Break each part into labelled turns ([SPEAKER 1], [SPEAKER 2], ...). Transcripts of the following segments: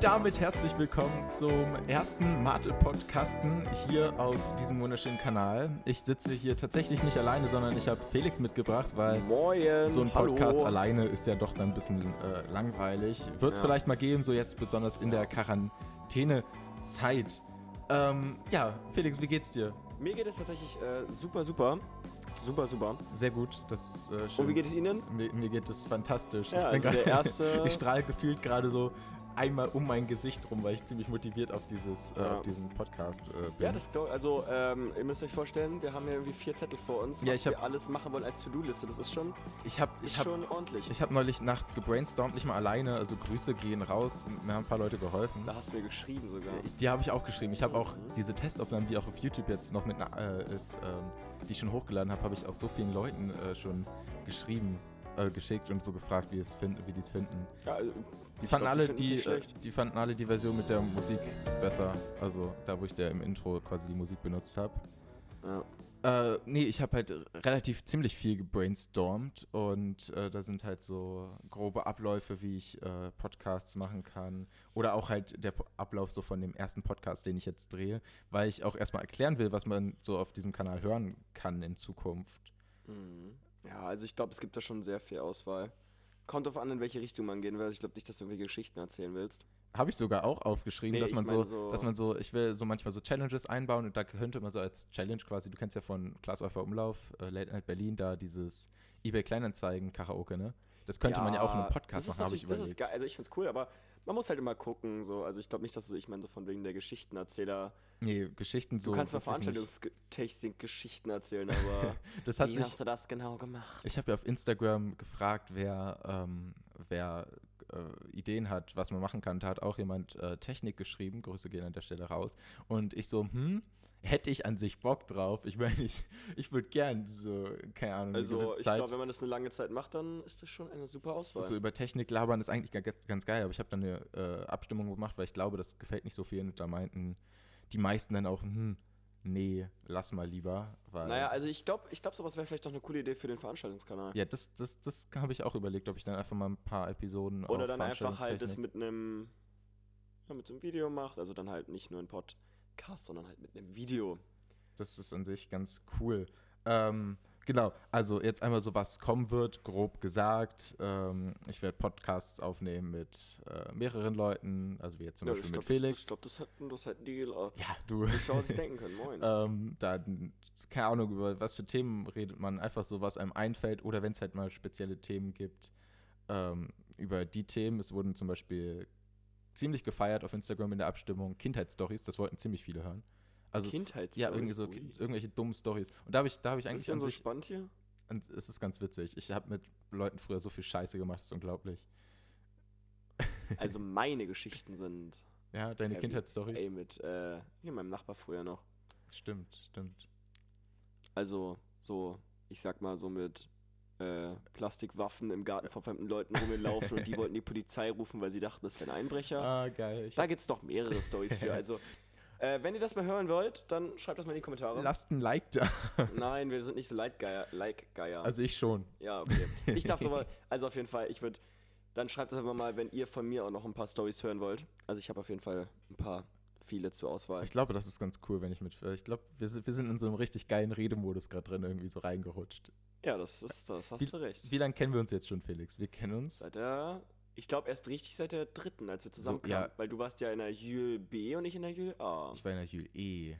[SPEAKER 1] damit herzlich willkommen zum ersten Mate-Podcasten hier auf diesem wunderschönen Kanal. Ich sitze hier tatsächlich nicht alleine, sondern ich habe Felix mitgebracht, weil
[SPEAKER 2] Moin.
[SPEAKER 1] so ein Podcast
[SPEAKER 2] hallo.
[SPEAKER 1] alleine ist ja doch dann ein bisschen äh, langweilig. Wird es
[SPEAKER 2] Ja.
[SPEAKER 1] vielleicht mal geben, so jetzt besonders in der Quarantänezeit. Ähm, ja, Felix, wie geht's dir?
[SPEAKER 2] Mir geht es tatsächlich äh, super, super. Super, super.
[SPEAKER 1] Sehr gut, das ist äh, schön.
[SPEAKER 2] Und Oh, wie geht es Ihnen?
[SPEAKER 1] Mir, mir geht es fantastisch.
[SPEAKER 2] Ja,
[SPEAKER 1] ich
[SPEAKER 2] also der
[SPEAKER 1] gerade-
[SPEAKER 2] erste-
[SPEAKER 1] ich strahle gefühlt gerade so einmal um mein Gesicht rum, weil ich ziemlich motiviert auf, dieses, äh,
[SPEAKER 2] Ja.
[SPEAKER 1] auf diesen Podcast äh, bin.
[SPEAKER 2] Ja, das glaub, also ähm, ihr müsst euch vorstellen, wir haben hier irgendwie vier Zettel vor uns,
[SPEAKER 1] Ja,
[SPEAKER 2] was
[SPEAKER 1] ich hab-
[SPEAKER 2] wir alles machen wollen als To-Do-Liste. Das ist schon,
[SPEAKER 1] ich habe
[SPEAKER 2] ist
[SPEAKER 1] ich hab,
[SPEAKER 2] schon ordentlich.
[SPEAKER 1] ich hab neulich Nacht gebrainstormt, nicht mal alleine. Also Grüße gehen raus. Mir haben ein paar Leute geholfen.
[SPEAKER 2] da hast du mir geschrieben sogar.
[SPEAKER 1] Die habe ich auch geschrieben. Ich habe auch
[SPEAKER 2] Mhm.
[SPEAKER 1] diese Testaufnahmen, die auch auf YouTube jetzt noch mit einer, äh, ist, ähm, die ich schon hochgeladen habe, habe ich auch so vielen Leuten äh, schon geschrieben, äh, geschickt und so gefragt, wie es finden, wie die es finden.
[SPEAKER 2] Ja, also,
[SPEAKER 1] Die
[SPEAKER 2] ich
[SPEAKER 1] fanden
[SPEAKER 2] glaub,
[SPEAKER 1] alle
[SPEAKER 2] finden's
[SPEAKER 1] die,
[SPEAKER 2] nicht
[SPEAKER 1] äh,
[SPEAKER 2] schlecht.
[SPEAKER 1] die fanden alle die Version mit der Musik besser, also da wo ich der im Intro quasi die Musik benutzt habe.
[SPEAKER 2] Ja.
[SPEAKER 1] Äh, nee, ich habe halt relativ ziemlich viel gebrainstormt und äh, da sind halt so grobe Abläufe, wie ich äh, Podcasts machen kann oder auch halt der Po- Ablauf so von dem ersten Podcast, den ich jetzt drehe, weil ich auch erstmal erklären will, was man so auf diesem Kanal hören kann in Zukunft.
[SPEAKER 2] Mhm. ja, also ich glaube, es gibt da schon sehr viel Auswahl. Kommt drauf an, in welche Richtung man gehen will. Also Ich glaube nicht, dass du irgendwelche Geschichten erzählen willst.
[SPEAKER 1] Habe ich sogar auch aufgeschrieben,
[SPEAKER 2] Nee,
[SPEAKER 1] dass
[SPEAKER 2] ich
[SPEAKER 1] man so,
[SPEAKER 2] mein so-
[SPEAKER 1] dass man so, ich will so manchmal so Challenges einbauen und da könnte man so als Challenge quasi, du kennst ja von Klaas Eufer Umlauf, äh, Late Night Berlin, da dieses eBay Kleinanzeigen Karaoke, ne? Das könnte man ja auch in einem Podcast
[SPEAKER 2] das ist
[SPEAKER 1] machen, habe ich
[SPEAKER 2] natürlich- Das
[SPEAKER 1] überlegt.
[SPEAKER 2] ist geil. Also ich find's cool, aber man muss halt immer gucken. So. Also ich glaube nicht, dass du, ich meine, so von wegen der Geschichtenerzähler.
[SPEAKER 1] Nee, Geschichten so.
[SPEAKER 2] Du kannst mal
[SPEAKER 1] wirklich nicht.
[SPEAKER 2] Veranstaltungstechnik Geschichten erzählen, aber
[SPEAKER 1] Das hat
[SPEAKER 2] wie
[SPEAKER 1] sich-
[SPEAKER 2] hast du das genau gemacht?
[SPEAKER 1] Ich habe ja auf Instagram gefragt, wer, ähm, wer äh, Ideen hat, was man machen kann. Da hat auch jemand äh, Technik geschrieben. Grüße gehen an der Stelle raus. Und ich so, hm, hätte ich an sich Bock drauf. Ich meine, ich, ich würde gern so, keine Ahnung, eine
[SPEAKER 2] Also
[SPEAKER 1] gewisse
[SPEAKER 2] ich
[SPEAKER 1] Zeit-
[SPEAKER 2] glaube, wenn man das eine lange Zeit macht, dann ist das schon eine super Auswahl.
[SPEAKER 1] so über Technik labern ist eigentlich ganz, ganz geil, aber ich habe dann eine äh, Abstimmung gemacht, weil ich glaube, das gefällt nicht so vielen. Und da meinten die meisten dann auch, hm, nee, lass mal lieber. Weil,
[SPEAKER 2] naja, also ich glaube, ich glaub, sowas wäre vielleicht noch eine coole Idee für den Veranstaltungskanal.
[SPEAKER 1] ja, das, das, das habe ich auch überlegt, ob ich dann einfach mal ein paar Episoden
[SPEAKER 2] Oder
[SPEAKER 1] auf
[SPEAKER 2] dann einfach halt das
[SPEAKER 1] Veranstaltungstechnik-
[SPEAKER 2] mit einem ja, mit so einem Video macht, also dann halt nicht nur ein Podcast, sondern halt mit einem Video.
[SPEAKER 1] Das ist an sich ganz cool. Ähm, genau, also jetzt einmal so, was kommen wird, grob gesagt. Ähm, ich werde Podcasts aufnehmen mit äh, mehreren Leuten, also wie jetzt zum
[SPEAKER 2] Ja,
[SPEAKER 1] Beispiel
[SPEAKER 2] ich glaube,
[SPEAKER 1] mit
[SPEAKER 2] das,
[SPEAKER 1] Felix.
[SPEAKER 2] ich glaub, das hätten das hätten die äh,
[SPEAKER 1] ja, du.
[SPEAKER 2] Zuschauer sich denken können. Moin.
[SPEAKER 1] ähm, dann, keine Ahnung, über was für Themen redet man, einfach so, was einem einfällt oder wenn es halt mal spezielle Themen gibt, ähm, über die Themen. Es wurden zum Beispiel ziemlich gefeiert auf Instagram in der Abstimmung Kindheitsstories, das wollten ziemlich viele hören. Also es- Ja,
[SPEAKER 2] Kindheitsstories,
[SPEAKER 1] irgendwie so
[SPEAKER 2] ui.
[SPEAKER 1] ki- irgendwelche dummen Stories. Und da habe ich, da habe ich
[SPEAKER 2] ist
[SPEAKER 1] eigentlich
[SPEAKER 2] denn
[SPEAKER 1] an
[SPEAKER 2] so
[SPEAKER 1] sich,
[SPEAKER 2] spannend hier?
[SPEAKER 1] an, es ist ganz witzig. Ich habe mit Leuten früher so viel Scheiße gemacht, das ist unglaublich.
[SPEAKER 2] Also meine Geschichten sind
[SPEAKER 1] Ja, deine
[SPEAKER 2] Heavy.
[SPEAKER 1] Kindheitsstories.
[SPEAKER 2] Ey, mit äh, hier meinem Nachbar früher noch.
[SPEAKER 1] Stimmt, stimmt.
[SPEAKER 2] Also so, ich sag mal so mit äh, Plastikwaffen im Garten von fremden Leuten rumgelaufen und die wollten die Polizei rufen, weil sie dachten, das wäre ein Einbrecher.
[SPEAKER 1] Ah, geil. Ich
[SPEAKER 2] Da gibt's noch mehrere Stories für. Also äh, wenn ihr das mal hören wollt, dann schreibt das mal in die Kommentare.
[SPEAKER 1] lasst ein Like da.
[SPEAKER 2] Nein, wir sind nicht so Like-Geier. Like -Geier.
[SPEAKER 1] Also ich schon.
[SPEAKER 2] ja, okay. Ich darf sowas. Also auf jeden Fall, ich würde. Dann schreibt das einfach mal, wenn ihr von mir auch noch ein paar Stories hören wollt. Also ich habe auf jeden Fall ein paar viele zur Auswahl.
[SPEAKER 1] Ich glaube, das ist ganz cool, wenn ich mit. äh, Ich glaube, wir, sind- wir sind in so einem richtig geilen Redemodus gerade drin, irgendwie so reingerutscht.
[SPEAKER 2] Ja, das ist das. Hast
[SPEAKER 1] Wie-
[SPEAKER 2] du recht.
[SPEAKER 1] Wie lange kennen wir uns jetzt schon, Felix? Wir kennen uns.
[SPEAKER 2] Seit der, ich glaube erst richtig seit der dritten, als wir zusammen
[SPEAKER 1] ja.
[SPEAKER 2] Weil du warst ja in der Jül B und ich in der Jül A.
[SPEAKER 1] Ich war in der Jule E.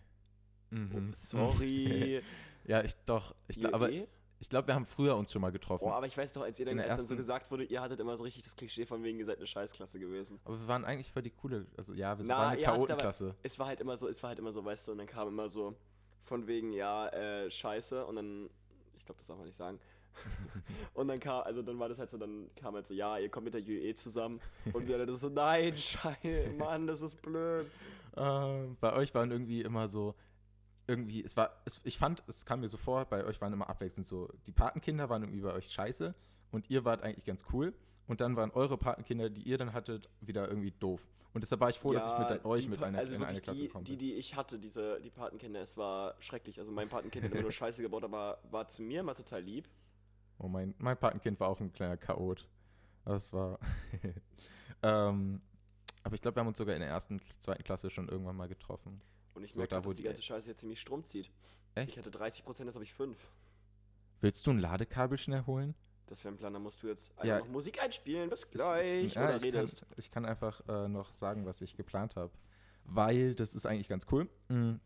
[SPEAKER 1] Mhm.
[SPEAKER 2] Oh, sorry.
[SPEAKER 1] Ja, ich doch. Ich,
[SPEAKER 2] Jül
[SPEAKER 1] gl- aber
[SPEAKER 2] E?
[SPEAKER 1] ich glaube, wir haben früher uns schon mal getroffen.
[SPEAKER 2] Boah, aber ich weiß doch, als ihr dann,
[SPEAKER 1] In der
[SPEAKER 2] als dann so
[SPEAKER 1] ersten-
[SPEAKER 2] gesagt wurde, ihr hattet immer so richtig das Klischee von wegen, ihr seid eine Scheißklasse gewesen.
[SPEAKER 1] Aber wir waren eigentlich voll die coole, also ja, wir
[SPEAKER 2] Na,
[SPEAKER 1] waren eine
[SPEAKER 2] ihr hattet aber-
[SPEAKER 1] Chaotenklasse.
[SPEAKER 2] Es war halt immer so, es war halt immer so, weißt du, und dann kam immer so von wegen, ja, äh, scheiße und dann, ich glaube, das darf man nicht sagen. und dann kam, also dann war das halt so, dann kam halt so, ja, ihr kommt mit der Jül E zusammen und wir alle das so, nein, scheiße, Mann, das ist blöd.
[SPEAKER 1] Ähm, bei euch waren irgendwie immer so, irgendwie, es war, es, ich fand, es kam mir so vor, bei euch waren immer abwechselnd so, die Patenkinder waren irgendwie bei euch scheiße und ihr wart eigentlich ganz cool und dann waren eure Patenkinder, die ihr dann hattet, wieder irgendwie doof. Und deshalb war ich froh, Oh, dass ich mit
[SPEAKER 2] Ja,
[SPEAKER 1] dann euch
[SPEAKER 2] die
[SPEAKER 1] mit
[SPEAKER 2] Pa-
[SPEAKER 1] einer,
[SPEAKER 2] also
[SPEAKER 1] in eine
[SPEAKER 2] wirklich
[SPEAKER 1] Klasse
[SPEAKER 2] die,
[SPEAKER 1] gekommen
[SPEAKER 2] Die,
[SPEAKER 1] bin.
[SPEAKER 2] die ich hatte, diese, die Patenkinder, es war schrecklich. Also mein Patenkind hat immer nur Scheiße gebaut, aber war zu mir mal total lieb.
[SPEAKER 1] Oh, mein, mein Patenkind war auch ein kleiner Chaot. Das war. ähm, Aber ich glaube, wir haben uns sogar in der ersten, zweiten Klasse schon irgendwann mal getroffen.
[SPEAKER 2] Und ich
[SPEAKER 1] So,
[SPEAKER 2] merke,
[SPEAKER 1] da,
[SPEAKER 2] grad,
[SPEAKER 1] wo
[SPEAKER 2] dass die
[SPEAKER 1] die-
[SPEAKER 2] ganze Scheiße jetzt ziemlich Strom zieht.
[SPEAKER 1] Echt?
[SPEAKER 2] Ich hatte 30%, jetzt habe ich 5.
[SPEAKER 1] Willst du ein Ladekabel schnell holen?
[SPEAKER 2] Das wäre ein Plan, da musst du jetzt einfach
[SPEAKER 1] Ja.
[SPEAKER 2] noch Musik einspielen. Bis
[SPEAKER 1] Ich-
[SPEAKER 2] gleich.
[SPEAKER 1] Ich, ja,
[SPEAKER 2] oder
[SPEAKER 1] ich, kann,
[SPEAKER 2] redest.
[SPEAKER 1] ich kann einfach äh, noch sagen, was ich geplant habe. Weil das ist eigentlich ganz cool. Mm.
[SPEAKER 2] Mhm.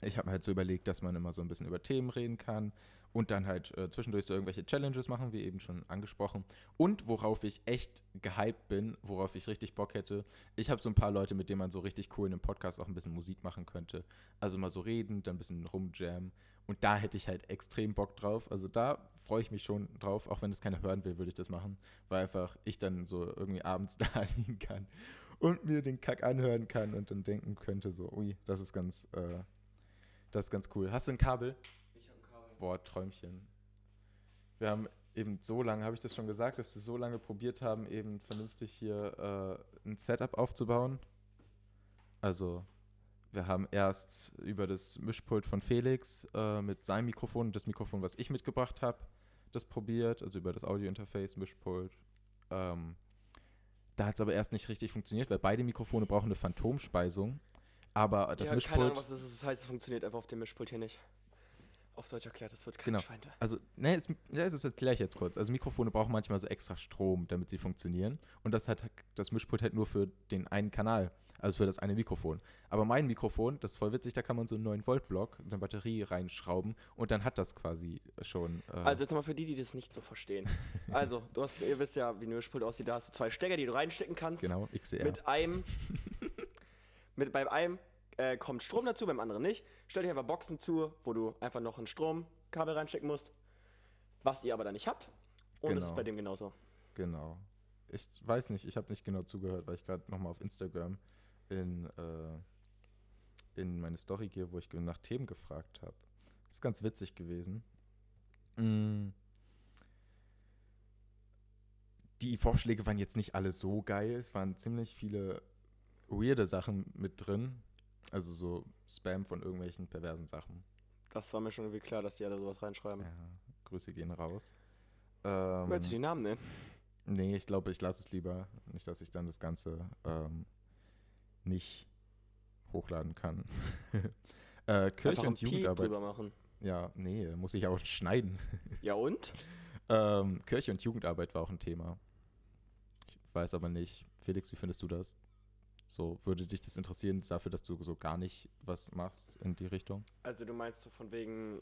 [SPEAKER 1] Ich habe mir halt so überlegt, dass man immer so ein bisschen über Themen reden kann und dann halt äh, zwischendurch so irgendwelche Challenges machen, wie eben schon angesprochen. Und worauf ich echt gehypt bin, worauf ich richtig Bock hätte, ich habe so ein paar Leute, mit denen man so richtig cool in einem Podcast auch ein bisschen Musik machen könnte. Also mal so reden, dann ein bisschen rumjammen. Und da hätte ich halt extrem Bock drauf. Also da freue ich mich schon drauf. Auch wenn das keiner hören will, würde ich das machen. Weil einfach ich dann so irgendwie abends da liegen kann und mir den Kack anhören kann und dann denken könnte so, ui, das ist ganz, äh, das ist ganz cool. Hast du ein Kabel?
[SPEAKER 2] Ich hab ein Kabel.
[SPEAKER 1] Boah, Träumchen. Wir haben eben so lange, habe ich das schon gesagt, dass wir so lange probiert haben, eben vernünftig hier äh, ein Setup aufzubauen. Also, wir haben erst über das Mischpult von Felix äh, mit seinem Mikrofon und das Mikrofon, was ich mitgebracht habe, das probiert, also über das Audio-Interface, Mischpult. Ähm, da hat es aber erst nicht richtig funktioniert, weil beide Mikrofone brauchen eine Phantomspeisung. Aber das
[SPEAKER 2] ja,
[SPEAKER 1] Mischpult.
[SPEAKER 2] keine Ahnung, was das ist. Das heißt, es funktioniert einfach auf dem Mischpult hier nicht. Auf Deutsch erklärt, das wird kein
[SPEAKER 1] Genau.
[SPEAKER 2] Schwein da.
[SPEAKER 1] Also, ne, es, ja, das erkläre ich jetzt kurz. Also Mikrofone brauchen manchmal so extra Strom, damit sie funktionieren. Und das hat das Mischpult halt nur für den einen Kanal, also für das eine Mikrofon. Aber mein Mikrofon, das ist voll witzig, da kann man so einen 9-Volt-Block, eine Batterie reinschrauben und dann hat das quasi schon. Äh,
[SPEAKER 2] Also jetzt nochmal für die, die das nicht so verstehen. Also, du hast, ihr wisst ja, wie ein Mischpult aussieht, da hast du zwei Stecker, die du reinstecken kannst.
[SPEAKER 1] genau, XDR.
[SPEAKER 2] Mit einem, mit, beim einen äh, kommt Strom dazu, beim anderen nicht. Stell dir einfach Boxen zu, wo du einfach noch ein Stromkabel reinstecken musst, was ihr aber dann nicht habt. Und es ist
[SPEAKER 1] Genau.
[SPEAKER 2] bei dem genauso.
[SPEAKER 1] Genau. Ich weiß nicht, ich habe nicht genau zugehört, weil ich gerade nochmal auf Instagram in, äh, in meine Story gehe, wo ich ge- nach Themen gefragt habe. Ist ganz witzig gewesen. Mm. Die Vorschläge waren jetzt nicht alle so geil. Es waren ziemlich viele weirde Sachen mit drin. Also so Spam von irgendwelchen perversen Sachen.
[SPEAKER 2] Das war mir schon irgendwie klar, dass die alle sowas reinschreiben.
[SPEAKER 1] Ja, Grüße gehen raus. Ähm,
[SPEAKER 2] Willst du die Namen nennen?
[SPEAKER 1] Nee, ich glaube, ich lasse es lieber. Nicht, dass ich dann das Ganze ähm, nicht hochladen kann. äh, Kirche
[SPEAKER 2] einfach einen
[SPEAKER 1] und
[SPEAKER 2] Piep
[SPEAKER 1] Jugendarbeit.
[SPEAKER 2] drüber machen.
[SPEAKER 1] Ja, nee, muss ich auch schneiden.
[SPEAKER 2] Ja und?
[SPEAKER 1] Ähm, Kirche und Jugendarbeit war auch ein Thema. Ich weiß aber nicht. Felix, wie findest du das? So, würde dich das interessieren dafür, dass du so gar nicht was machst in die Richtung?
[SPEAKER 2] Also du meinst so von wegen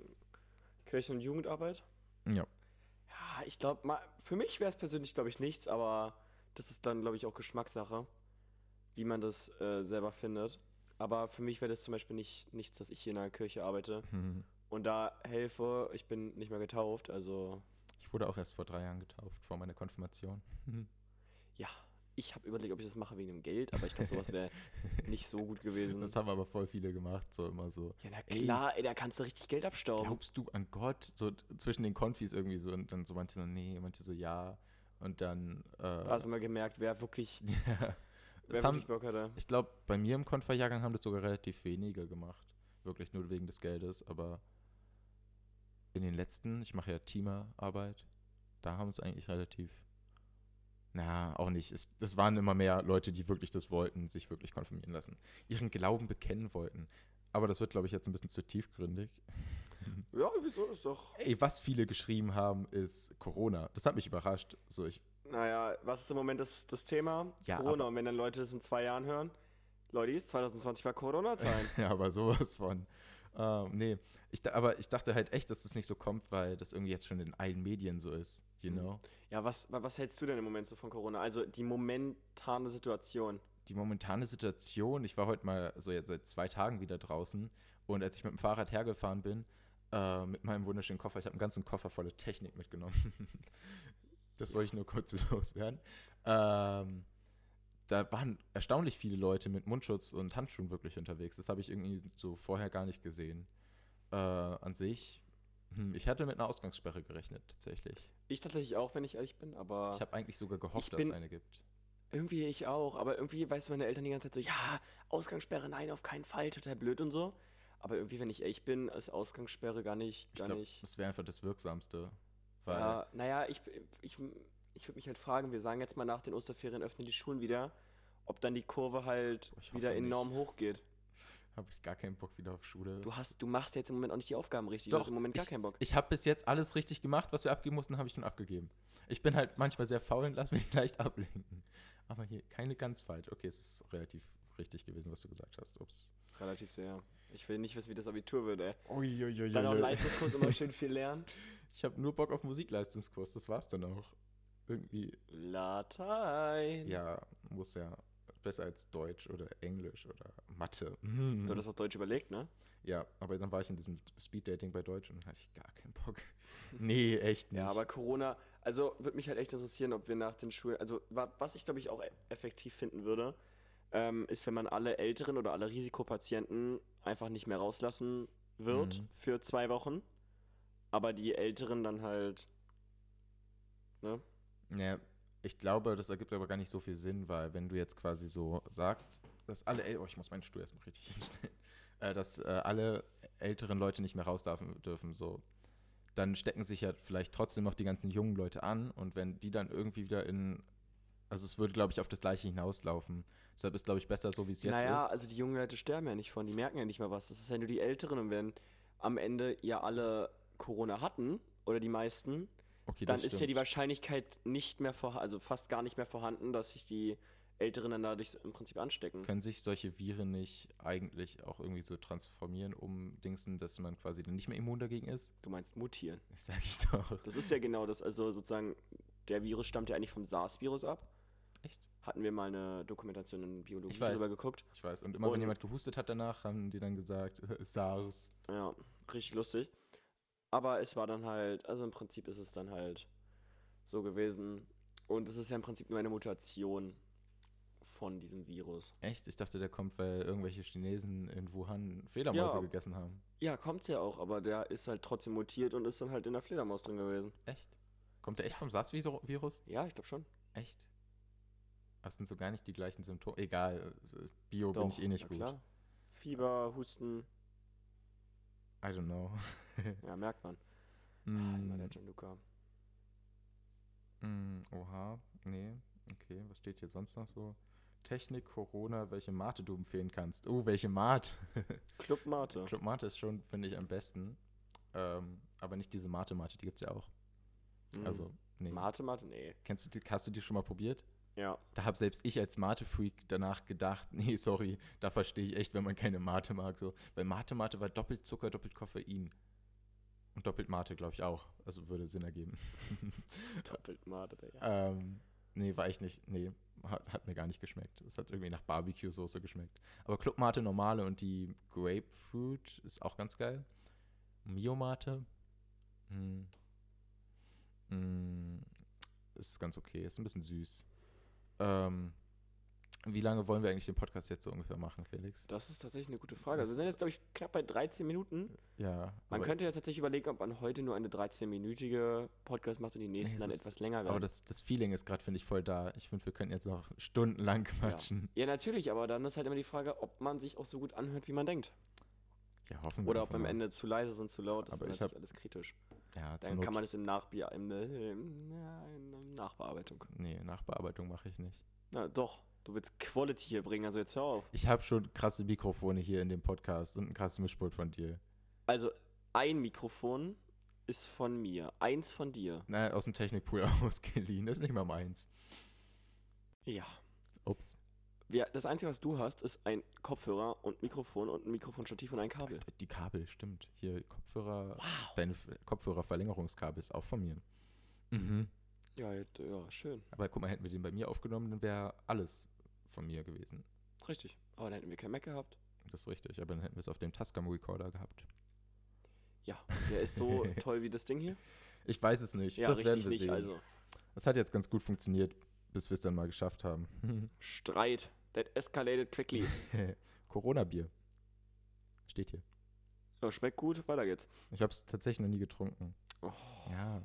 [SPEAKER 2] Kirchen- und Jugendarbeit?
[SPEAKER 1] Ja.
[SPEAKER 2] Ja, ich glaube, für mich wäre es persönlich, glaube ich, nichts, aber das ist dann, glaube ich, auch Geschmackssache, wie man das äh, selber findet. Aber für mich wäre das zum Beispiel nicht, nichts, dass ich hier in einer Kirche arbeite
[SPEAKER 1] Hm.
[SPEAKER 2] und da helfe. Ich bin nicht mehr getauft, also
[SPEAKER 1] Ich wurde auch erst vor drei Jahren getauft, vor meiner Konfirmation.
[SPEAKER 2] ja, ich habe überlegt, ob ich das mache wegen dem Geld, aber ich glaube, sowas wäre nicht so gut gewesen.
[SPEAKER 1] Das haben aber voll viele gemacht, so immer so.
[SPEAKER 2] Ja, na
[SPEAKER 1] Ey.
[SPEAKER 2] klar, ey, da kannst du richtig Geld abstauben.
[SPEAKER 1] glaubst du an Gott? So t- zwischen den Konfis irgendwie so und dann so manche so, nee, manche so ja. Und dann, äh,
[SPEAKER 2] Da hast du mal gemerkt, wer wirklich,
[SPEAKER 1] ja.
[SPEAKER 2] wer
[SPEAKER 1] Das haben,
[SPEAKER 2] wirklich Bock hatte.
[SPEAKER 1] ich glaube, bei mir im Konferjahrgang haben das sogar relativ wenige gemacht. Wirklich nur wegen des Geldes, aber in den letzten, ich mache ja Teamerarbeit, da haben es eigentlich relativ, na, auch nicht. Es, das waren immer mehr Leute, die wirklich das wollten, sich wirklich konfirmieren lassen, ihren Glauben bekennen wollten. Aber das wird, glaube ich, jetzt ein bisschen zu tiefgründig.
[SPEAKER 2] Ja, wieso ist doch.
[SPEAKER 1] Ey, was viele geschrieben haben, ist Corona. Das hat mich überrascht. So, ich,
[SPEAKER 2] Naja, was ist im Moment das, das Thema?
[SPEAKER 1] Ja,
[SPEAKER 2] Corona. Und wenn dann Leute das in zwei Jahren hören, Leute, 2020 war Corona-Zeit.
[SPEAKER 1] ja, aber sowas von. Ähm, nee, ich, da- aber ich dachte halt echt, dass das nicht so kommt, weil das irgendwie jetzt schon in allen Medien so ist. You
[SPEAKER 2] Mhm.
[SPEAKER 1] know?
[SPEAKER 2] ja, was, wa- was hältst du denn im Moment so von Corona? Also die momentane Situation.
[SPEAKER 1] Die momentane Situation, ich war heute mal so jetzt seit zwei Tagen wieder draußen und als ich mit dem Fahrrad hergefahren bin, äh, mit meinem wunderschönen Koffer, ich habe einen ganzen Koffer voller Technik mitgenommen. das wollte ich nur kurz loswerden. Ähm, da waren erstaunlich viele Leute mit Mundschutz und Handschuhen wirklich unterwegs. Das habe ich irgendwie so vorher gar nicht gesehen. Äh, an sich, hm, ich hatte mit einer Ausgangssperre gerechnet, tatsächlich.
[SPEAKER 2] Ich tatsächlich auch, wenn ich ehrlich bin, aber
[SPEAKER 1] Ich habe eigentlich sogar
[SPEAKER 2] Ah. Ich
[SPEAKER 1] gehofft, dass
[SPEAKER 2] bin-
[SPEAKER 1] es eine gibt.
[SPEAKER 2] irgendwie ich auch. Aber irgendwie weißt du, meine Eltern die ganze Zeit so, ja, Ausgangssperre, nein, auf keinen Fall, total blöd und so. Aber irgendwie, wenn ich ehrlich bin, ist Ausgangssperre gar nicht,
[SPEAKER 1] Ich
[SPEAKER 2] gar
[SPEAKER 1] glaube,
[SPEAKER 2] nicht.
[SPEAKER 1] das wäre einfach das Wirksamste. Weil
[SPEAKER 2] Ja, naja, ich, ich, ich würde mich halt fragen, wir sagen jetzt mal nach den Osterferien öffnen die Schulen wieder, ob dann die Kurve halt
[SPEAKER 1] Oh, Ich hoffe
[SPEAKER 2] wieder
[SPEAKER 1] nicht.
[SPEAKER 2] enorm hoch geht.
[SPEAKER 1] Habe ich gar keinen Bock wieder auf Schule.
[SPEAKER 2] Du hast, du machst jetzt im Moment auch nicht die Aufgaben richtig. du
[SPEAKER 1] Doch,
[SPEAKER 2] hast im Moment gar keinen Bock.
[SPEAKER 1] Ich habe bis jetzt alles richtig gemacht, was wir abgeben mussten, habe ich schon abgegeben. Ich bin halt manchmal sehr faul und lass mich leicht ablenken. Aber hier keine ganz falsch. Okay, es ist relativ richtig gewesen, was du gesagt hast. Ups.
[SPEAKER 2] Relativ sehr. Ich will nicht wissen, wie das Abitur wird, ey.
[SPEAKER 1] Uiuiuiui.
[SPEAKER 2] Dann auch im Leistungskurs immer schön viel lernen.
[SPEAKER 1] Ich habe nur Bock auf Musikleistungskurs, das war's dann auch. Irgendwie,
[SPEAKER 2] Latein.
[SPEAKER 1] ja, muss ja besser als Deutsch oder Englisch oder Mathe. Mhm.
[SPEAKER 2] Du hattest auch Deutsch überlegt, ne?
[SPEAKER 1] Ja, aber dann war ich in diesem Speeddating bei Deutsch und hatte ich gar keinen Bock. Nee, echt nicht.
[SPEAKER 2] Ja, aber Corona, also würde mich halt echt interessieren, ob wir nach den Schulen, also wa- was ich glaube ich auch e- effektiv finden würde, ähm, ist, wenn man alle älteren oder alle Risikopatienten einfach nicht mehr rauslassen wird
[SPEAKER 1] Mhm.
[SPEAKER 2] für zwei Wochen, aber die älteren dann halt,
[SPEAKER 1] Ja, ich glaube, das ergibt aber gar nicht so viel Sinn, weil wenn du jetzt quasi so sagst, dass alle, äl- oh, ich muss meinen Stuhl erstmal richtig hinstellen, äh, dass äh, alle älteren Leute nicht mehr raus dürfen, dürfen, so, dann stecken sich ja vielleicht trotzdem noch die ganzen jungen Leute an und wenn die dann irgendwie wieder in, also es würde, glaube ich, auf das Gleiche hinauslaufen. Deshalb ist, glaube ich, besser so, wie es jetzt
[SPEAKER 2] naja,
[SPEAKER 1] ist.
[SPEAKER 2] also die jungen Leute sterben ja nicht von, die merken ja nicht mehr was, das ist ja nur die älteren und wenn am Ende ja alle Corona hatten oder die meisten,
[SPEAKER 1] okay,
[SPEAKER 2] dann
[SPEAKER 1] das
[SPEAKER 2] ist ja die
[SPEAKER 1] stimmt.
[SPEAKER 2] Wahrscheinlichkeit nicht mehr vorhanden, also fast gar nicht mehr vorhanden, dass sich die Älteren dann dadurch im Prinzip anstecken.
[SPEAKER 1] Können sich solche Viren nicht eigentlich auch irgendwie so transformieren, um Dingsen, dass man quasi dann nicht mehr immun dagegen ist?
[SPEAKER 2] Du meinst mutieren.
[SPEAKER 1] Das sag ich doch.
[SPEAKER 2] Das ist ja genau das, also sozusagen, der Virus stammt ja eigentlich vom SARS-Virus ab.
[SPEAKER 1] Echt?
[SPEAKER 2] Hatten wir mal eine Dokumentation in Biologie
[SPEAKER 1] Ich weiß.
[SPEAKER 2] drüber geguckt.
[SPEAKER 1] Ich weiß. Und immer
[SPEAKER 2] Und-
[SPEAKER 1] wenn jemand gehustet hat danach, haben die dann gesagt, SARS.
[SPEAKER 2] Ja, richtig lustig. Aber es war dann halt, also im Prinzip ist es dann halt so gewesen. Und es ist ja im Prinzip nur eine Mutation von diesem Virus.
[SPEAKER 1] Echt? Ich dachte, der kommt, weil irgendwelche Chinesen in Wuhan Fledermäuse
[SPEAKER 2] Ja.
[SPEAKER 1] gegessen haben.
[SPEAKER 2] Ja, kommt's ja auch, aber der ist halt trotzdem mutiert und ist dann halt in der Fledermaus drin gewesen.
[SPEAKER 1] Echt? Kommt der echt vom SARS-Virus?
[SPEAKER 2] Ja, ich glaube schon.
[SPEAKER 1] Echt? Das sind so gar nicht die gleichen Symptome. Egal, äh, Bio bin ich eh nicht
[SPEAKER 2] na
[SPEAKER 1] gut.
[SPEAKER 2] Klar. Fieber, Husten,
[SPEAKER 1] I don't know.
[SPEAKER 2] ja, merkt man. Ah, immer
[SPEAKER 1] Mm,
[SPEAKER 2] der Gianluca.
[SPEAKER 1] mm, oha, nee. Okay, was steht hier sonst noch so? Technik, Corona, welche Mate du empfehlen kannst. Oh, welche Mate?
[SPEAKER 2] Club Mate.
[SPEAKER 1] Club Mate ist schon, finde ich, am besten. Ähm, aber nicht diese Mate-Mate, die gibt es ja auch.
[SPEAKER 2] Mhm.
[SPEAKER 1] Also, nee.
[SPEAKER 2] Mate, Mate, nee.
[SPEAKER 1] Kennst du die, hast du die schon mal probiert?
[SPEAKER 2] Ja.
[SPEAKER 1] Da habe selbst ich als Mate-Freak danach gedacht, nee, sorry, da verstehe ich echt, wenn man keine Mate mag. So. Weil Mate-Mate war doppelt Zucker, doppelt Koffein. Und doppelt Mate, glaube ich, auch. Also würde Sinn ergeben.
[SPEAKER 2] Doppelt Mate, Digga.
[SPEAKER 1] ähm, nee, war ich nicht. Nee, hat, hat mir gar nicht geschmeckt. Es hat irgendwie nach Barbecue-Soße geschmeckt. Aber Club Mate normale und die Grapefruit ist auch ganz geil. Mio Mate. Hm. Hm. Ist ganz okay. Ist ein bisschen süß. Ähm, wie lange wollen wir eigentlich den Podcast jetzt so ungefähr machen, Felix?
[SPEAKER 2] Das ist tatsächlich eine gute Frage. Also wir sind jetzt, glaube ich, knapp bei 13 Minuten.
[SPEAKER 1] Ja.
[SPEAKER 2] Man
[SPEAKER 1] aber-
[SPEAKER 2] könnte ja tatsächlich überlegen, ob man heute nur eine 13-minütige Podcast macht und die nächsten
[SPEAKER 1] es
[SPEAKER 2] dann
[SPEAKER 1] ist-
[SPEAKER 2] etwas länger
[SPEAKER 1] aber
[SPEAKER 2] werden.
[SPEAKER 1] das, das Feeling ist gerade, finde ich, voll da. Ich finde, wir könnten jetzt noch stundenlang quatschen.
[SPEAKER 2] ja, natürlich, aber dann ist halt immer die Frage, ob man sich auch so gut anhört, wie man denkt.
[SPEAKER 1] Ja, hoffen wir
[SPEAKER 2] Oder ob
[SPEAKER 1] einfach
[SPEAKER 2] wir am
[SPEAKER 1] mal.
[SPEAKER 2] Ende zu leise sind, zu laut. Das
[SPEAKER 1] Aber
[SPEAKER 2] ist
[SPEAKER 1] ich
[SPEAKER 2] natürlich alles kritisch.
[SPEAKER 1] Ja, zur
[SPEAKER 2] Dann
[SPEAKER 1] Not
[SPEAKER 2] kann man es im Nachbe im, äh, im, äh, in der Nachbearbeitung.
[SPEAKER 1] Nee, Nachbearbeitung mache ich nicht.
[SPEAKER 2] Na doch, du willst Quality hier bringen, also jetzt hör auf.
[SPEAKER 1] Ich habe schon krasse Mikrofone hier in dem Podcast und einen krassen Mischpult von dir.
[SPEAKER 2] Also, ein Mikrofon ist von mir, eins von dir.
[SPEAKER 1] Nein, aus dem Technikpool ausgeliehen. Das ist nicht mal meins.
[SPEAKER 2] Ja.
[SPEAKER 1] Ups.
[SPEAKER 2] Wir, das Einzige, was du hast, ist ein Kopfhörer und Mikrofon und ein Mikrofonstativ und ein Kabel.
[SPEAKER 1] Die Kabel, stimmt. Hier, Kopfhörer.
[SPEAKER 2] Wow.
[SPEAKER 1] Deine F- Kopfhörerverlängerungskabel ist auch von mir. Mhm.
[SPEAKER 2] Ja, ja, ja, schön.
[SPEAKER 1] Aber guck mal, hätten wir den bei mir aufgenommen, dann wäre alles von mir gewesen.
[SPEAKER 2] Richtig. Aber dann hätten wir kein Mac gehabt.
[SPEAKER 1] Das ist richtig. Aber dann hätten wir es auf dem Tascam Recorder gehabt.
[SPEAKER 2] Ja, der ist so toll wie das Ding hier.
[SPEAKER 1] Ich weiß es nicht.
[SPEAKER 2] Ja,
[SPEAKER 1] das werden
[SPEAKER 2] richtig
[SPEAKER 1] wir
[SPEAKER 2] nicht.
[SPEAKER 1] sehen.
[SPEAKER 2] Also,
[SPEAKER 1] Das hat jetzt ganz gut funktioniert, bis wir es dann mal geschafft haben.
[SPEAKER 2] Streit. That escalated quickly.
[SPEAKER 1] Corona-Bier. Steht hier.
[SPEAKER 2] Ja, schmeckt gut, weiter geht's.
[SPEAKER 1] Ich habe es tatsächlich noch nie getrunken.
[SPEAKER 2] Oh.
[SPEAKER 1] Ja.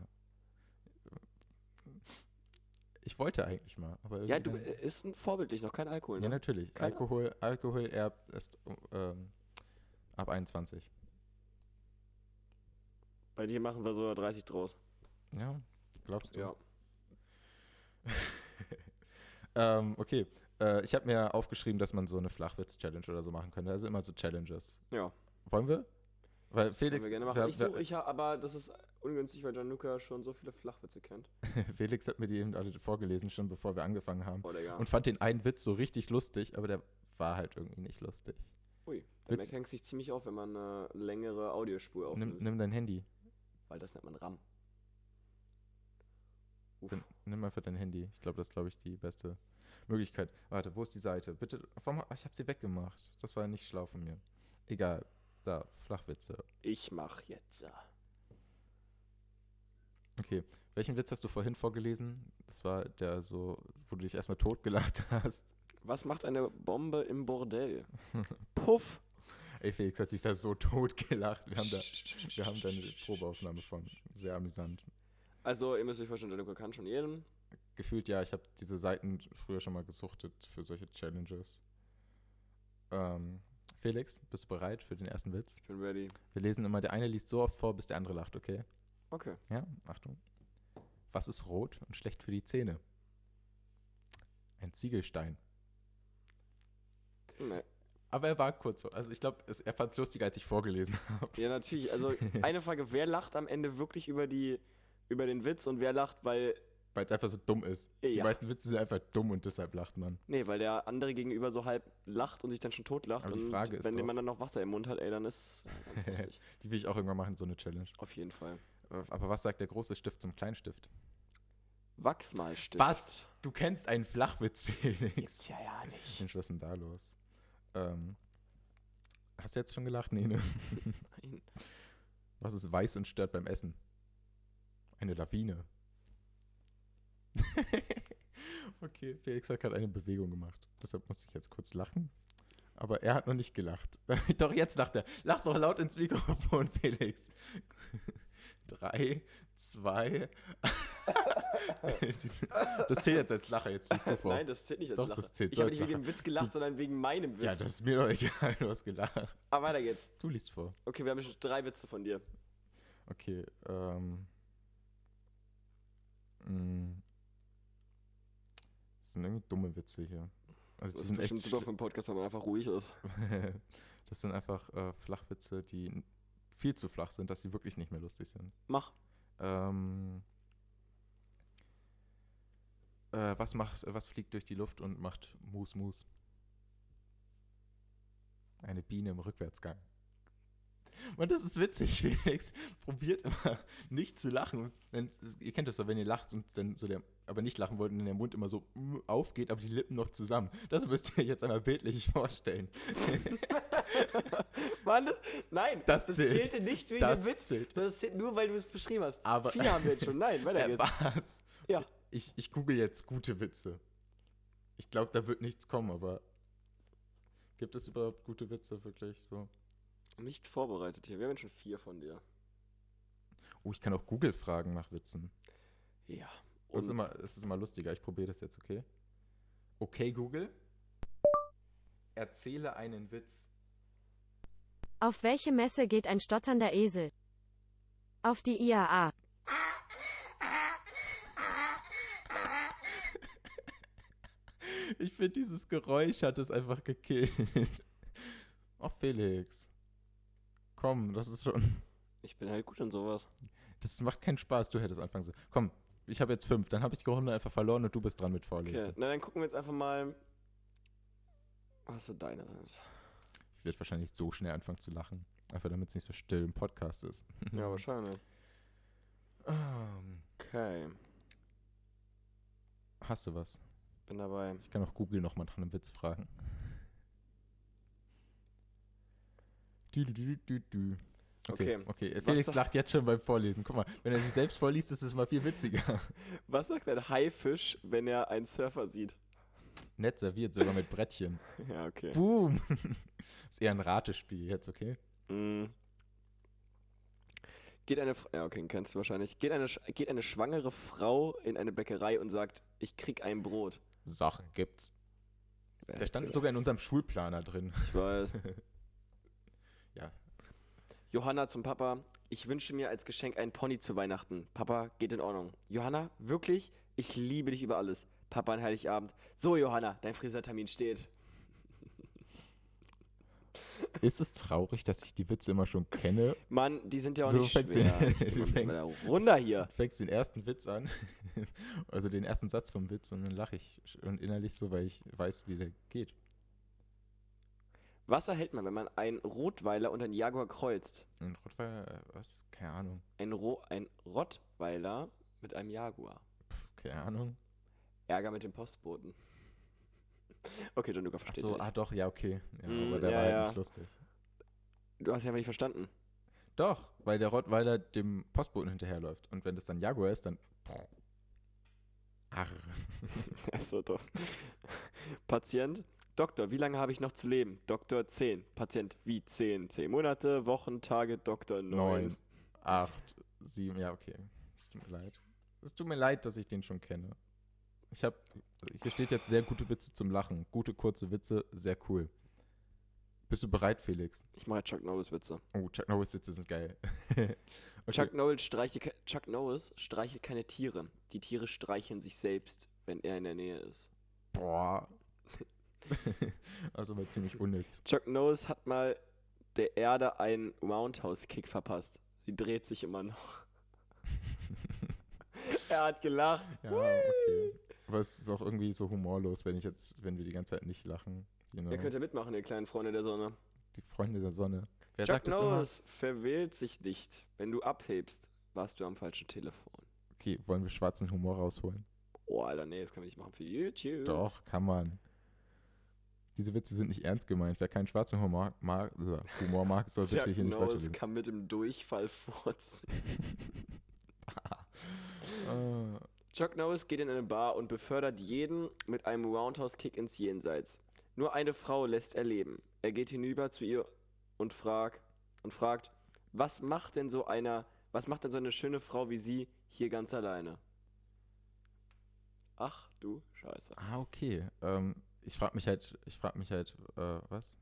[SPEAKER 1] Ich wollte eigentlich mal, aber
[SPEAKER 2] Ja,
[SPEAKER 1] irgendwie
[SPEAKER 2] du
[SPEAKER 1] dann-
[SPEAKER 2] äh, ist ein vorbildlich, noch kein Alkohol.
[SPEAKER 1] ja
[SPEAKER 2] Ne?
[SPEAKER 1] natürlich.
[SPEAKER 2] Keine-
[SPEAKER 1] Alkohol, Alkohol erbt erst ähm, ab 21.
[SPEAKER 2] Bei dir machen wir so 30 draus.
[SPEAKER 1] Ja, glaubst du? Ähm, okay, Äh, ich habe mir aufgeschrieben, dass man so eine Flachwitz-Challenge oder so machen könnte. Also immer so Challenges.
[SPEAKER 2] Ja.
[SPEAKER 1] Wollen wir? Weil
[SPEAKER 2] Können
[SPEAKER 1] Felix,
[SPEAKER 2] wir gerne machen.
[SPEAKER 1] wir-
[SPEAKER 2] ich
[SPEAKER 1] wir-
[SPEAKER 2] suche, ich ha- aber das ist ungünstig, weil Gianluca schon so viele Flachwitze kennt.
[SPEAKER 1] Felix hat mir die eben alle vorgelesen, schon bevor wir angefangen haben.
[SPEAKER 2] Oh, Digga.
[SPEAKER 1] Und fand den einen Witz so richtig lustig, aber der war halt irgendwie nicht lustig.
[SPEAKER 2] Ui, der
[SPEAKER 1] Witz,
[SPEAKER 2] Mac hängt sich ziemlich auf, wenn man eine längere Audiospur
[SPEAKER 1] nimm,
[SPEAKER 2] aufnimmt,
[SPEAKER 1] nimm dein Handy.
[SPEAKER 2] weil das nennt man RAM. Uff.
[SPEAKER 1] Dann nimm einfach dein Handy. Ich glaube, das ist, glaube ich, die beste Möglichkeit. Warte, wo ist die Seite? Bitte. Warum, ah, ich habe sie weggemacht. Das war nicht schlau von mir. Egal. Da, Flachwitze.
[SPEAKER 2] Ich mach jetzt. äh,
[SPEAKER 1] Okay. Welchen Witz hast du vorhin vorgelesen? Das war der so, wo du dich erstmal totgelacht hast.
[SPEAKER 2] Was macht eine Bombe im Bordell? Puff.
[SPEAKER 1] Ey, Felix hat sich da so totgelacht. Wir haben da, wir haben da eine Probeaufnahme von. Sehr amüsant.
[SPEAKER 2] Also, ihr müsst euch vorstellen, Gianluca kann schon jeden.
[SPEAKER 1] gefühlt ja, ich habe diese Seiten früher schon mal gesuchtet für solche Challenges. Ähm, Felix, bist du bereit für den ersten Witz?
[SPEAKER 2] Ich bin ready.
[SPEAKER 1] Wir lesen immer, der eine liest so oft vor, bis der andere lacht, okay?
[SPEAKER 2] Okay.
[SPEAKER 1] Ja, Achtung. Was ist rot und schlecht für die Zähne? Ein Ziegelstein.
[SPEAKER 2] Nee.
[SPEAKER 1] Aber er war kurz so. Also ich glaube, er fand es lustiger, als ich vorgelesen habe.
[SPEAKER 2] Ja, natürlich. Also, eine Frage: Wer lacht am Ende wirklich über, die, über den Witz und wer lacht, weil.
[SPEAKER 1] Weil es einfach so dumm ist. Die
[SPEAKER 2] Ja.
[SPEAKER 1] meisten Witze sind einfach dumm und deshalb lacht man.
[SPEAKER 2] Nee, weil der andere gegenüber so halb lacht und sich dann schon totlacht.
[SPEAKER 1] Aber die
[SPEAKER 2] und
[SPEAKER 1] Frage ist
[SPEAKER 2] wenn
[SPEAKER 1] doch-
[SPEAKER 2] jemand dann noch Wasser im Mund hat, ey, dann ist. Ja, ganz lustig.
[SPEAKER 1] Die will ich auch irgendwann machen, so eine Challenge.
[SPEAKER 2] Auf jeden Fall.
[SPEAKER 1] Aber was sagt der große Stift zum Kleinstift?
[SPEAKER 2] Wachsmalstift.
[SPEAKER 1] Was? Du kennst einen Flachwitz, Felix.
[SPEAKER 2] Ist ja ja nicht.
[SPEAKER 1] Mensch, was ist denn da los? Ähm, hast du jetzt schon gelacht? Nee, ne?
[SPEAKER 2] Nein.
[SPEAKER 1] Was ist weiß und stört beim Essen? Eine Lawine. okay, Felix hat gerade eine Bewegung gemacht. Deshalb musste ich jetzt kurz lachen. Aber er hat noch nicht gelacht. doch, jetzt lacht er. Lach doch laut ins Mikrofon, Felix. Drei, zwei. Diese- das zählt jetzt als Lacher, jetzt liest du vor.
[SPEAKER 2] Nein, das zählt nicht als
[SPEAKER 1] Doch,
[SPEAKER 2] Lache.
[SPEAKER 1] das zählt
[SPEAKER 2] ich
[SPEAKER 1] so
[SPEAKER 2] habe
[SPEAKER 1] als
[SPEAKER 2] nicht wegen dem Witz gelacht, sondern wegen meinem Witz.
[SPEAKER 1] ja, das ist mir doch egal, du hast gelacht.
[SPEAKER 2] Aber weiter geht's.
[SPEAKER 1] Du liest vor.
[SPEAKER 2] Okay, wir haben schon drei Witze von dir.
[SPEAKER 1] Okay, ähm. mm. Das sind irgendwie dumme Witze hier. Also die
[SPEAKER 2] Das ist
[SPEAKER 1] sind echt
[SPEAKER 2] bestimmt super
[SPEAKER 1] schli-
[SPEAKER 2] für einen Podcast, wenn man einfach ruhig ist.
[SPEAKER 1] Das sind einfach äh, Flachwitze, die n- viel zu flach sind, dass sie wirklich nicht mehr lustig sind.
[SPEAKER 2] Mach.
[SPEAKER 1] Ähm. Äh, was macht, äh, was fliegt durch die Luft und macht Mus Mus? Eine Biene im Rückwärtsgang. Und das ist witzig, Felix. Probiert immer nicht zu lachen. Wenn, ihr kennt das doch, wenn ihr lacht und dann so der, aber nicht lachen wollt und dann der Mund immer so mm, aufgeht, aber die Lippen noch zusammen. Das müsst ihr euch jetzt einmal bildlich vorstellen.
[SPEAKER 2] Mann, das, nein,
[SPEAKER 1] Das
[SPEAKER 2] das,
[SPEAKER 1] zählt.
[SPEAKER 2] zählte nicht wegen
[SPEAKER 1] Das
[SPEAKER 2] dem Witz.
[SPEAKER 1] zählt.
[SPEAKER 2] Das zählt nur, weil du es beschrieben hast.
[SPEAKER 1] Aber-
[SPEAKER 2] Vier haben wir jetzt schon. Nein, weiter
[SPEAKER 1] Äh,
[SPEAKER 2] geht's.
[SPEAKER 1] was?
[SPEAKER 2] Ja.
[SPEAKER 1] Ich, ich google jetzt gute Witze. Ich glaube, da wird nichts kommen, aber gibt es überhaupt gute Witze wirklich so?
[SPEAKER 2] Nicht vorbereitet hier. Wir haben jetzt schon vier von dir.
[SPEAKER 1] Oh, ich kann auch Google fragen nach Witzen.
[SPEAKER 2] Ja.
[SPEAKER 1] Das
[SPEAKER 2] Und
[SPEAKER 1] ist immer, das ist immer lustiger. Ich probiere das jetzt, okay? Okay, Google. Erzähle einen Witz.
[SPEAKER 3] Auf welche Messe geht ein stotternder Esel? Auf die IAA.
[SPEAKER 1] Ich finde, dieses Geräusch hat es einfach gekillt. Ach, Felix. Komm, das ist schon.
[SPEAKER 2] ich bin halt gut in sowas.
[SPEAKER 1] Das macht keinen Spaß. Du hättest anfangen sollen. Komm, ich habe jetzt fünf. Dann habe ich die Runde einfach verloren und du bist dran mit Vorlesen.
[SPEAKER 2] Okay, na dann gucken wir jetzt einfach mal, was so deine sind.
[SPEAKER 1] Ich werde wahrscheinlich so schnell anfangen zu lachen. Einfach damit es nicht so still im Podcast ist.
[SPEAKER 2] Ja, wahrscheinlich.
[SPEAKER 1] Ähm,
[SPEAKER 2] Okay,
[SPEAKER 1] hast du was?
[SPEAKER 2] bin dabei.
[SPEAKER 1] Ich kann auch Google nochmal nach einem Witz fragen. Dü, dü, dü, dü, dü. Okay, okay.
[SPEAKER 2] Okay, was
[SPEAKER 1] Felix
[SPEAKER 2] sag-
[SPEAKER 1] lacht jetzt schon beim Vorlesen. Guck mal, wenn er sich selbst vorliest, ist es mal viel witziger.
[SPEAKER 2] Was sagt ein Haifisch, wenn er einen Surfer sieht?
[SPEAKER 1] Nett serviert, sogar mit Brettchen.
[SPEAKER 2] Ja, okay.
[SPEAKER 1] Boom! ist eher ein Ratespiel jetzt, okay?
[SPEAKER 2] Mm. Geht eine, Fr- ja, okay, kennst du wahrscheinlich. Geht eine, Sch- geht eine schwangere Frau in eine Bäckerei und sagt, ich krieg ein Brot.
[SPEAKER 1] Sachen gibt's.
[SPEAKER 2] Wer
[SPEAKER 1] Der
[SPEAKER 2] hat's
[SPEAKER 1] stand
[SPEAKER 2] gedacht?
[SPEAKER 1] sogar in unserem Schulplaner drin.
[SPEAKER 2] Ich weiß.
[SPEAKER 1] Ja,
[SPEAKER 2] Johanna zum Papa, ich wünsche mir als Geschenk einen Pony zu Weihnachten. Papa, geht in Ordnung. Johanna, wirklich? Ich liebe dich über alles. Papa an Heiligabend. So, Johanna, dein Friseurtermin steht.
[SPEAKER 1] Ist es traurig, dass ich die Witze immer schon kenne?
[SPEAKER 2] Mann, die sind ja auch
[SPEAKER 1] So
[SPEAKER 2] nicht
[SPEAKER 1] fängt's
[SPEAKER 2] schwer.
[SPEAKER 1] an.
[SPEAKER 2] Ich geh
[SPEAKER 1] Du
[SPEAKER 2] mal ein
[SPEAKER 1] fängst-
[SPEAKER 2] bisschen weiter runter hier.
[SPEAKER 1] Du fängst den ersten Witz an, also den ersten Satz vom Witz und dann lache ich schon innerlich so, weil ich weiß, wie der geht.
[SPEAKER 2] Was erhält man, wenn man einen Rotweiler und einen Jaguar kreuzt?
[SPEAKER 1] Ein Rottweiler, äh, was? Keine Ahnung.
[SPEAKER 2] Ein, Ro ein Rottweiler mit einem Jaguar.
[SPEAKER 1] Pff, keine Ahnung.
[SPEAKER 2] Ärger mit dem Postboten. Okay, John, du
[SPEAKER 1] Ach
[SPEAKER 2] verstehst
[SPEAKER 1] so,
[SPEAKER 2] so,
[SPEAKER 1] ah doch, ja, okay. Ja,
[SPEAKER 2] Mm,
[SPEAKER 1] aber der
[SPEAKER 2] ja,
[SPEAKER 1] war
[SPEAKER 2] ja.
[SPEAKER 1] halt nicht lustig.
[SPEAKER 2] Du hast ja einfach nicht verstanden.
[SPEAKER 1] Doch, weil der Rottweiler dem Postboten hinterherläuft. Und wenn das dann Jaguar ist, dann. Arr.
[SPEAKER 2] Ja, so doof. Patient. Doktor, wie lange habe ich noch zu leben? Doktor 10. Patient, wie 10? 10 Monate, Wochen, Tage, Doktor 9.
[SPEAKER 1] Neun, acht, sieben, ja, okay. Es tut mir leid. Es tut mir leid, dass ich den schon kenne. Ich habe, hier steht jetzt sehr gute Witze zum Lachen. Gute, kurze Witze, sehr cool. Bist du bereit, Felix?
[SPEAKER 2] Ich mache Chuck Norris Witze.
[SPEAKER 1] Oh, Chuck Norris Witze sind geil.
[SPEAKER 2] Chuck, Norris streiche, ke- Chuck Norris streichelt keine Tiere. Die Tiere streicheln sich selbst, wenn er in der Nähe ist.
[SPEAKER 1] Boah. also war ziemlich unnütz.
[SPEAKER 2] Chuck Norris hat mal der Erde einen Roundhouse-Kick verpasst. Sie dreht sich immer noch. er hat gelacht.
[SPEAKER 1] Ja, okay. Aber es ist auch irgendwie so humorlos, wenn ich jetzt, wenn wir die ganze Zeit nicht lachen. Genau.
[SPEAKER 2] Ihr könnt ja mitmachen, ihr kleinen Freunde der Sonne.
[SPEAKER 1] Die Freunde der Sonne. Wer
[SPEAKER 2] Chuck
[SPEAKER 1] sagt das immer?
[SPEAKER 2] Norris verwählt sich nicht. Wenn du abhebst, warst du am falschen Telefon.
[SPEAKER 1] Okay, wollen wir schwarzen Humor rausholen?
[SPEAKER 2] Oh, Alter, nee, das können wir nicht machen für YouTube.
[SPEAKER 1] Doch, kann man. Diese Witze sind nicht ernst gemeint. Wer keinen schwarzen Humor mag, äh, Humor mag soll bitte
[SPEAKER 2] Chuck
[SPEAKER 1] hier nicht
[SPEAKER 2] Norris
[SPEAKER 1] weiterleben.
[SPEAKER 2] kann mit dem Durchfall furzen.
[SPEAKER 1] Ah,
[SPEAKER 2] Chuck Norris geht in eine Bar und befördert jeden mit einem Roundhouse-Kick ins Jenseits. Nur eine Frau lässt er leben. Er geht hinüber zu ihr und fragt, und fragt, was macht denn so einer, was macht denn so eine schöne Frau wie sie hier ganz alleine? Ach du Scheiße.
[SPEAKER 1] ah, okay. Ähm, ich frage mich halt, ich frage mich halt, äh, was?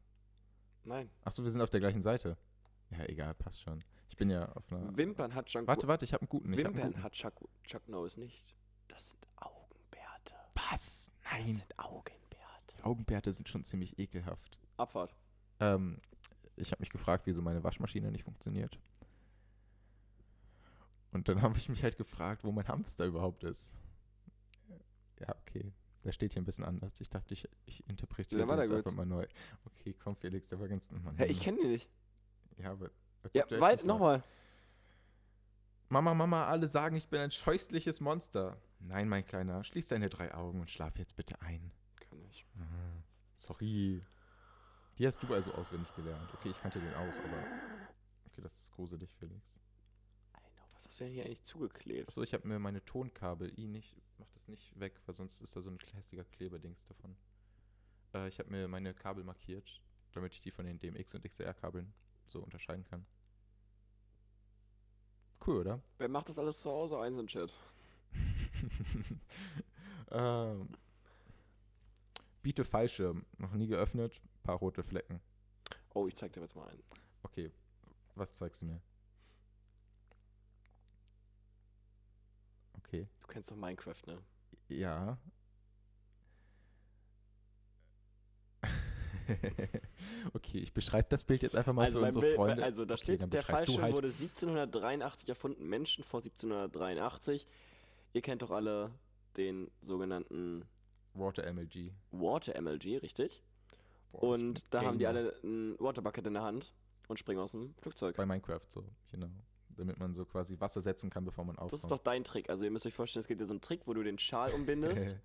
[SPEAKER 2] Nein.
[SPEAKER 1] Achso, wir sind auf der gleichen Seite. Ja, egal, passt schon. Ich bin ja auf einer.
[SPEAKER 2] Wimpern hat John
[SPEAKER 1] Äh, Warte, warte, ich habe einen guten. Ich hab einen
[SPEAKER 2] Wimpern
[SPEAKER 1] guten.
[SPEAKER 2] hat Chuck, Chuck Norris nicht. Das sind Augenbärte.
[SPEAKER 1] Was?
[SPEAKER 2] Das
[SPEAKER 1] Nein.
[SPEAKER 2] sind Augenbärte.
[SPEAKER 1] Augenbärte sind schon ziemlich ekelhaft.
[SPEAKER 2] Abfahrt.
[SPEAKER 1] Ähm, ich habe mich gefragt, wieso meine Waschmaschine nicht funktioniert. Und dann habe ich mich halt gefragt, wo mein Hamster überhaupt ist. Ja, okay. Der steht hier ein bisschen anders. Ich dachte, ich, ich interpretiere
[SPEAKER 2] Der war
[SPEAKER 1] den
[SPEAKER 2] da
[SPEAKER 1] jetzt
[SPEAKER 2] gut.
[SPEAKER 1] einfach mal neu. Okay, komm, Felix, der war ganz. Mann,
[SPEAKER 2] Hey, ich kenne die nicht.
[SPEAKER 1] Ja, aber. als
[SPEAKER 2] Ja,
[SPEAKER 1] ob du echt Hm. nicht
[SPEAKER 2] weit
[SPEAKER 1] weißt.
[SPEAKER 2] nochmal.
[SPEAKER 1] Mama, Mama, alle sagen, ich bin ein scheußliches Monster. Nein, mein Kleiner, schließ deine drei Augen und schlaf jetzt bitte ein.
[SPEAKER 2] Kann ich.
[SPEAKER 1] Ah, Sorry. Die hast du also auswendig gelernt. Okay, ich kannte den auch, aber. Okay, das ist gruselig, Felix.
[SPEAKER 2] Was hast du denn hier eigentlich zugeklebt?
[SPEAKER 1] Achso, ich habe mir meine Tonkabel, I nicht, mach das nicht weg, weil sonst ist da so ein hässlicher Kleberdings davon. Äh, ich habe mir meine Kabel markiert, damit ich die von den DMX und XLR-Kabeln so unterscheiden kann. Cool, oder?
[SPEAKER 2] Wer macht das alles zu Hause? Eins im Chat.
[SPEAKER 1] ähm, Biete Fallschirm, noch nie geöffnet, paar rote Flecken.
[SPEAKER 2] Oh, ich zeig dir jetzt mal einen.
[SPEAKER 1] Okay, was zeigst du mir? Okay,
[SPEAKER 2] Du kennst doch Minecraft, ne?
[SPEAKER 1] ja. okay, ich beschreibe das Bild jetzt einfach mal für
[SPEAKER 2] beim
[SPEAKER 1] unsere
[SPEAKER 2] Bild-
[SPEAKER 1] Freunde.
[SPEAKER 2] also da
[SPEAKER 1] Okay,
[SPEAKER 2] steht,
[SPEAKER 1] dann
[SPEAKER 2] der
[SPEAKER 1] beschreib du
[SPEAKER 2] Fallschirm
[SPEAKER 1] halt.
[SPEAKER 2] wurde 1783 erfunden, Menschen vor 1783. Ihr kennt doch alle den sogenannten
[SPEAKER 1] Water MLG.
[SPEAKER 2] Water MLG, richtig?
[SPEAKER 1] Boah, ich bin
[SPEAKER 2] Und da haben die
[SPEAKER 1] Gamer.
[SPEAKER 2] alle ein Waterbucket in der Hand und springen aus dem Flugzeug.
[SPEAKER 1] Bei Minecraft so, genau. Damit man so quasi Wasser setzen kann, bevor man aufkommt.
[SPEAKER 2] Das ist doch dein Trick. Also ihr müsst euch vorstellen, es gibt ja so einen Trick, wo du den Schal umbindest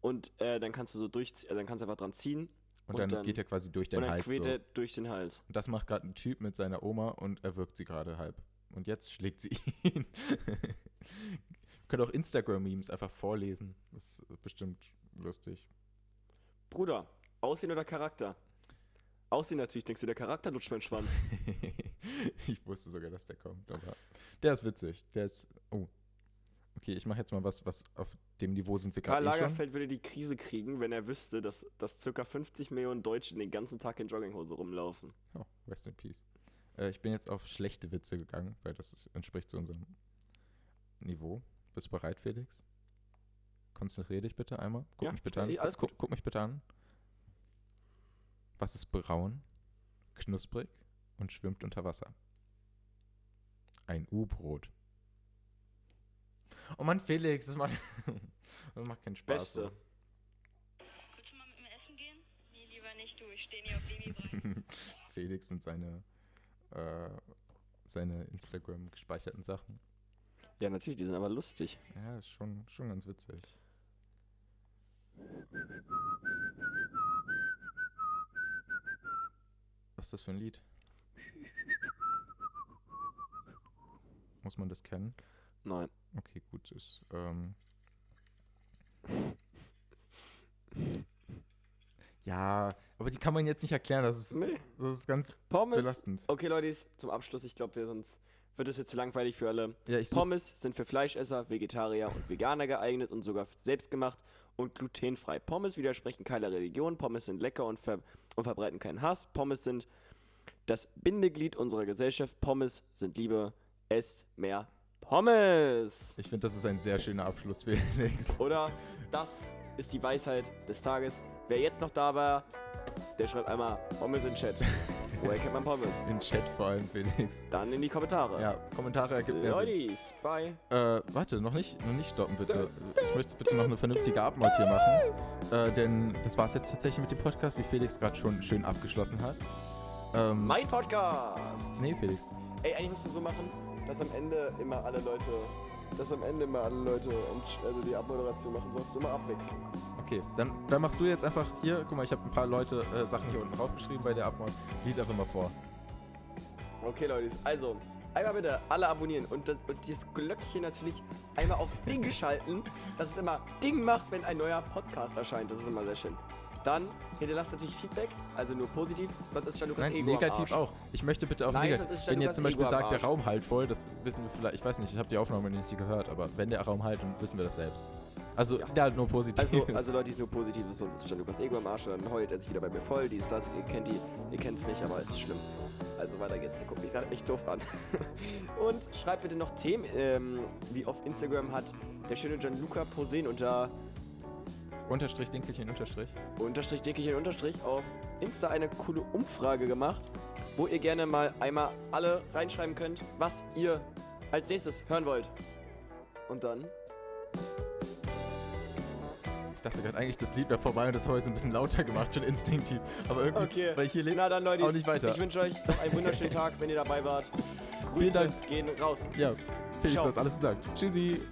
[SPEAKER 2] und äh, dann kannst du so durchziehen, also dann kannst du einfach dran ziehen
[SPEAKER 1] Und dann,
[SPEAKER 2] Und dann-
[SPEAKER 1] geht er quasi durch den
[SPEAKER 2] und dann
[SPEAKER 1] Hals.
[SPEAKER 2] quält
[SPEAKER 1] so.
[SPEAKER 2] er durch den Hals.
[SPEAKER 1] Und das macht gerade ein Typ mit seiner Oma und erwürgt sie gerade halb. Und jetzt schlägt sie ihn. Wir können auch Instagram-Memes einfach vorlesen. Das ist bestimmt lustig.
[SPEAKER 2] Bruder, Aussehen oder Charakter? Aussehen natürlich, denkst du, der Charakter lutscht meinen Schwanz.
[SPEAKER 1] ich wusste sogar, dass der kommt, aber der ist witzig. Der ist. Oh. Okay, ich mache jetzt mal was, was auf dem Niveau sind wir
[SPEAKER 2] Karl
[SPEAKER 1] gerade eh schon.
[SPEAKER 2] Lagerfeld würde die Krise kriegen, wenn er wüsste, dass, dass ca. 50 Millionen Deutschen den ganzen Tag in Jogginghose rumlaufen.
[SPEAKER 1] Oh, rest in peace. Äh, ich bin jetzt auf schlechte Witze gegangen, weil das ist, entspricht zu unserem Niveau. Bist du bereit, Felix? Konzentrier dich bitte einmal. Guck
[SPEAKER 2] Ja,
[SPEAKER 1] mich bitte an.
[SPEAKER 2] ich- alles
[SPEAKER 1] guck, guck mich bitte an. Was ist braun, knusprig und schwimmt unter Wasser? Ein U-Brot. Oh Mann, Felix, das macht, das macht keinen Spaß.
[SPEAKER 2] Beste.
[SPEAKER 4] Willst du mal mit mir essen gehen? Nee, lieber nicht du. Ich stehe nie auf Babybrei.
[SPEAKER 1] Felix und seine, äh, seine Instagram gespeicherten Sachen.
[SPEAKER 2] Ja, natürlich, die sind aber lustig.
[SPEAKER 1] Ja, ist schon, schon ganz witzig. Was ist das für ein Lied? Muss man das kennen?
[SPEAKER 2] Nein.
[SPEAKER 1] Okay, gut, ist. Ähm ja, aber die kann man jetzt nicht erklären. Das ist,
[SPEAKER 2] Nee.
[SPEAKER 1] das ist ganz
[SPEAKER 2] Pommes.
[SPEAKER 1] belastend.
[SPEAKER 2] Okay, Leute, zum Abschluss, ich glaube, wir sonst wird es jetzt zu langweilig für alle.
[SPEAKER 1] Ja, ich such,
[SPEAKER 2] Pommes sind für Fleischesser, Vegetarier und Veganer geeignet und sogar selbstgemacht und glutenfrei. Pommes widersprechen keiner Religion, Pommes sind lecker und, ver und verbreiten keinen Hass. Pommes sind das Bindeglied unserer Gesellschaft. Pommes sind Liebe, esst mehr Pommes.
[SPEAKER 1] ich finde, das ist ein sehr schöner Abschluss, Felix.
[SPEAKER 2] Oder das ist die Weisheit des Tages. Wer jetzt noch da war, der schreibt einmal Pommes in den Chat. Woher kennt man Pommes?
[SPEAKER 1] In Chat vor allem, Felix.
[SPEAKER 2] Dann in die Kommentare.
[SPEAKER 1] Ja, Kommentare ergibt mehr Sinn.
[SPEAKER 2] Leute, bye.
[SPEAKER 1] Äh, warte, noch nicht, noch nicht stoppen, bitte. Ich möchte bitte noch eine vernünftige Abmord hier machen. Äh, denn das war's jetzt tatsächlich mit dem Podcast, wie Felix gerade schon schön abgeschlossen hat. Ähm,
[SPEAKER 2] Mein Podcast.
[SPEAKER 1] nee, Felix.
[SPEAKER 2] Ey, eigentlich musst du so machen, dass am Ende immer alle Leute, dass am Ende immer alle Leute entsch- also die Abmoderation machen, sonst immer Abwechslung.
[SPEAKER 1] Okay, dann, dann machst du jetzt einfach hier, guck mal, ich habe ein paar Leute äh, Sachen hier unten draufgeschrieben bei der Abmord. Lies einfach mal vor.
[SPEAKER 2] Okay, Leute, also einmal bitte alle abonnieren und, das, und dieses Glöckchen natürlich einmal auf Ding schalten, dass es immer Ding macht, wenn ein neuer Podcast erscheint. Das ist immer sehr schön. Dann hinterlasst natürlich Feedback, also nur positiv, sonst ist Gianlukas
[SPEAKER 1] Nein,
[SPEAKER 2] Ego am Arsch.
[SPEAKER 1] negativ auch. Ich möchte bitte auch
[SPEAKER 2] Nein,
[SPEAKER 1] negativ.
[SPEAKER 2] das ist
[SPEAKER 1] wenn ihr
[SPEAKER 2] Gianlucas
[SPEAKER 1] zum Beispiel
[SPEAKER 2] Ego am
[SPEAKER 1] sagt, der
[SPEAKER 2] Arsch.
[SPEAKER 1] Raum halt voll, das wissen wir vielleicht, ich weiß nicht, ich habe die Aufnahme nicht gehört, aber wenn der Raum halt, dann wissen wir das selbst. Also,
[SPEAKER 2] Ja.
[SPEAKER 1] ja, nur positiv.
[SPEAKER 2] Also, also Leute, die ist nur Positives, sonst ist Gianlukas Ego am Arsch, dann heult er sich wieder bei mir voll, dies, das, ihr kennt die, ihr kennt's nicht, aber es ist schlimm. Also weiter geht's, er guckt mich gerade echt doof an. Und schreibt bitte noch Themen, ähm, wie auf Instagram hat der schöne Gianluca Posen unter
[SPEAKER 1] Unterstrich, Dinkelchen, Unterstrich.
[SPEAKER 2] Unterstrich, Dickelchen, Unterstrich auf Insta eine coole Umfrage gemacht, wo ihr gerne mal einmal alle reinschreiben könnt, was ihr als nächstes hören wollt. Und dann
[SPEAKER 1] Ich dachte gerade eigentlich, das Lied wäre vorbei und das habe ich so ein bisschen lauter gemacht, schon instinktiv. Aber irgendwie,
[SPEAKER 2] Okay.
[SPEAKER 1] weil hier lebt
[SPEAKER 2] Na dann, Leute,
[SPEAKER 1] auch nicht weiter.
[SPEAKER 2] ich wünsche euch noch einen wunderschönen Tag, wenn ihr dabei wart. Grüße
[SPEAKER 1] Vielen Dank.
[SPEAKER 2] gehen raus.
[SPEAKER 1] ja, Felix,
[SPEAKER 2] Ciao.
[SPEAKER 1] du hast alles gesagt. Tschüssi.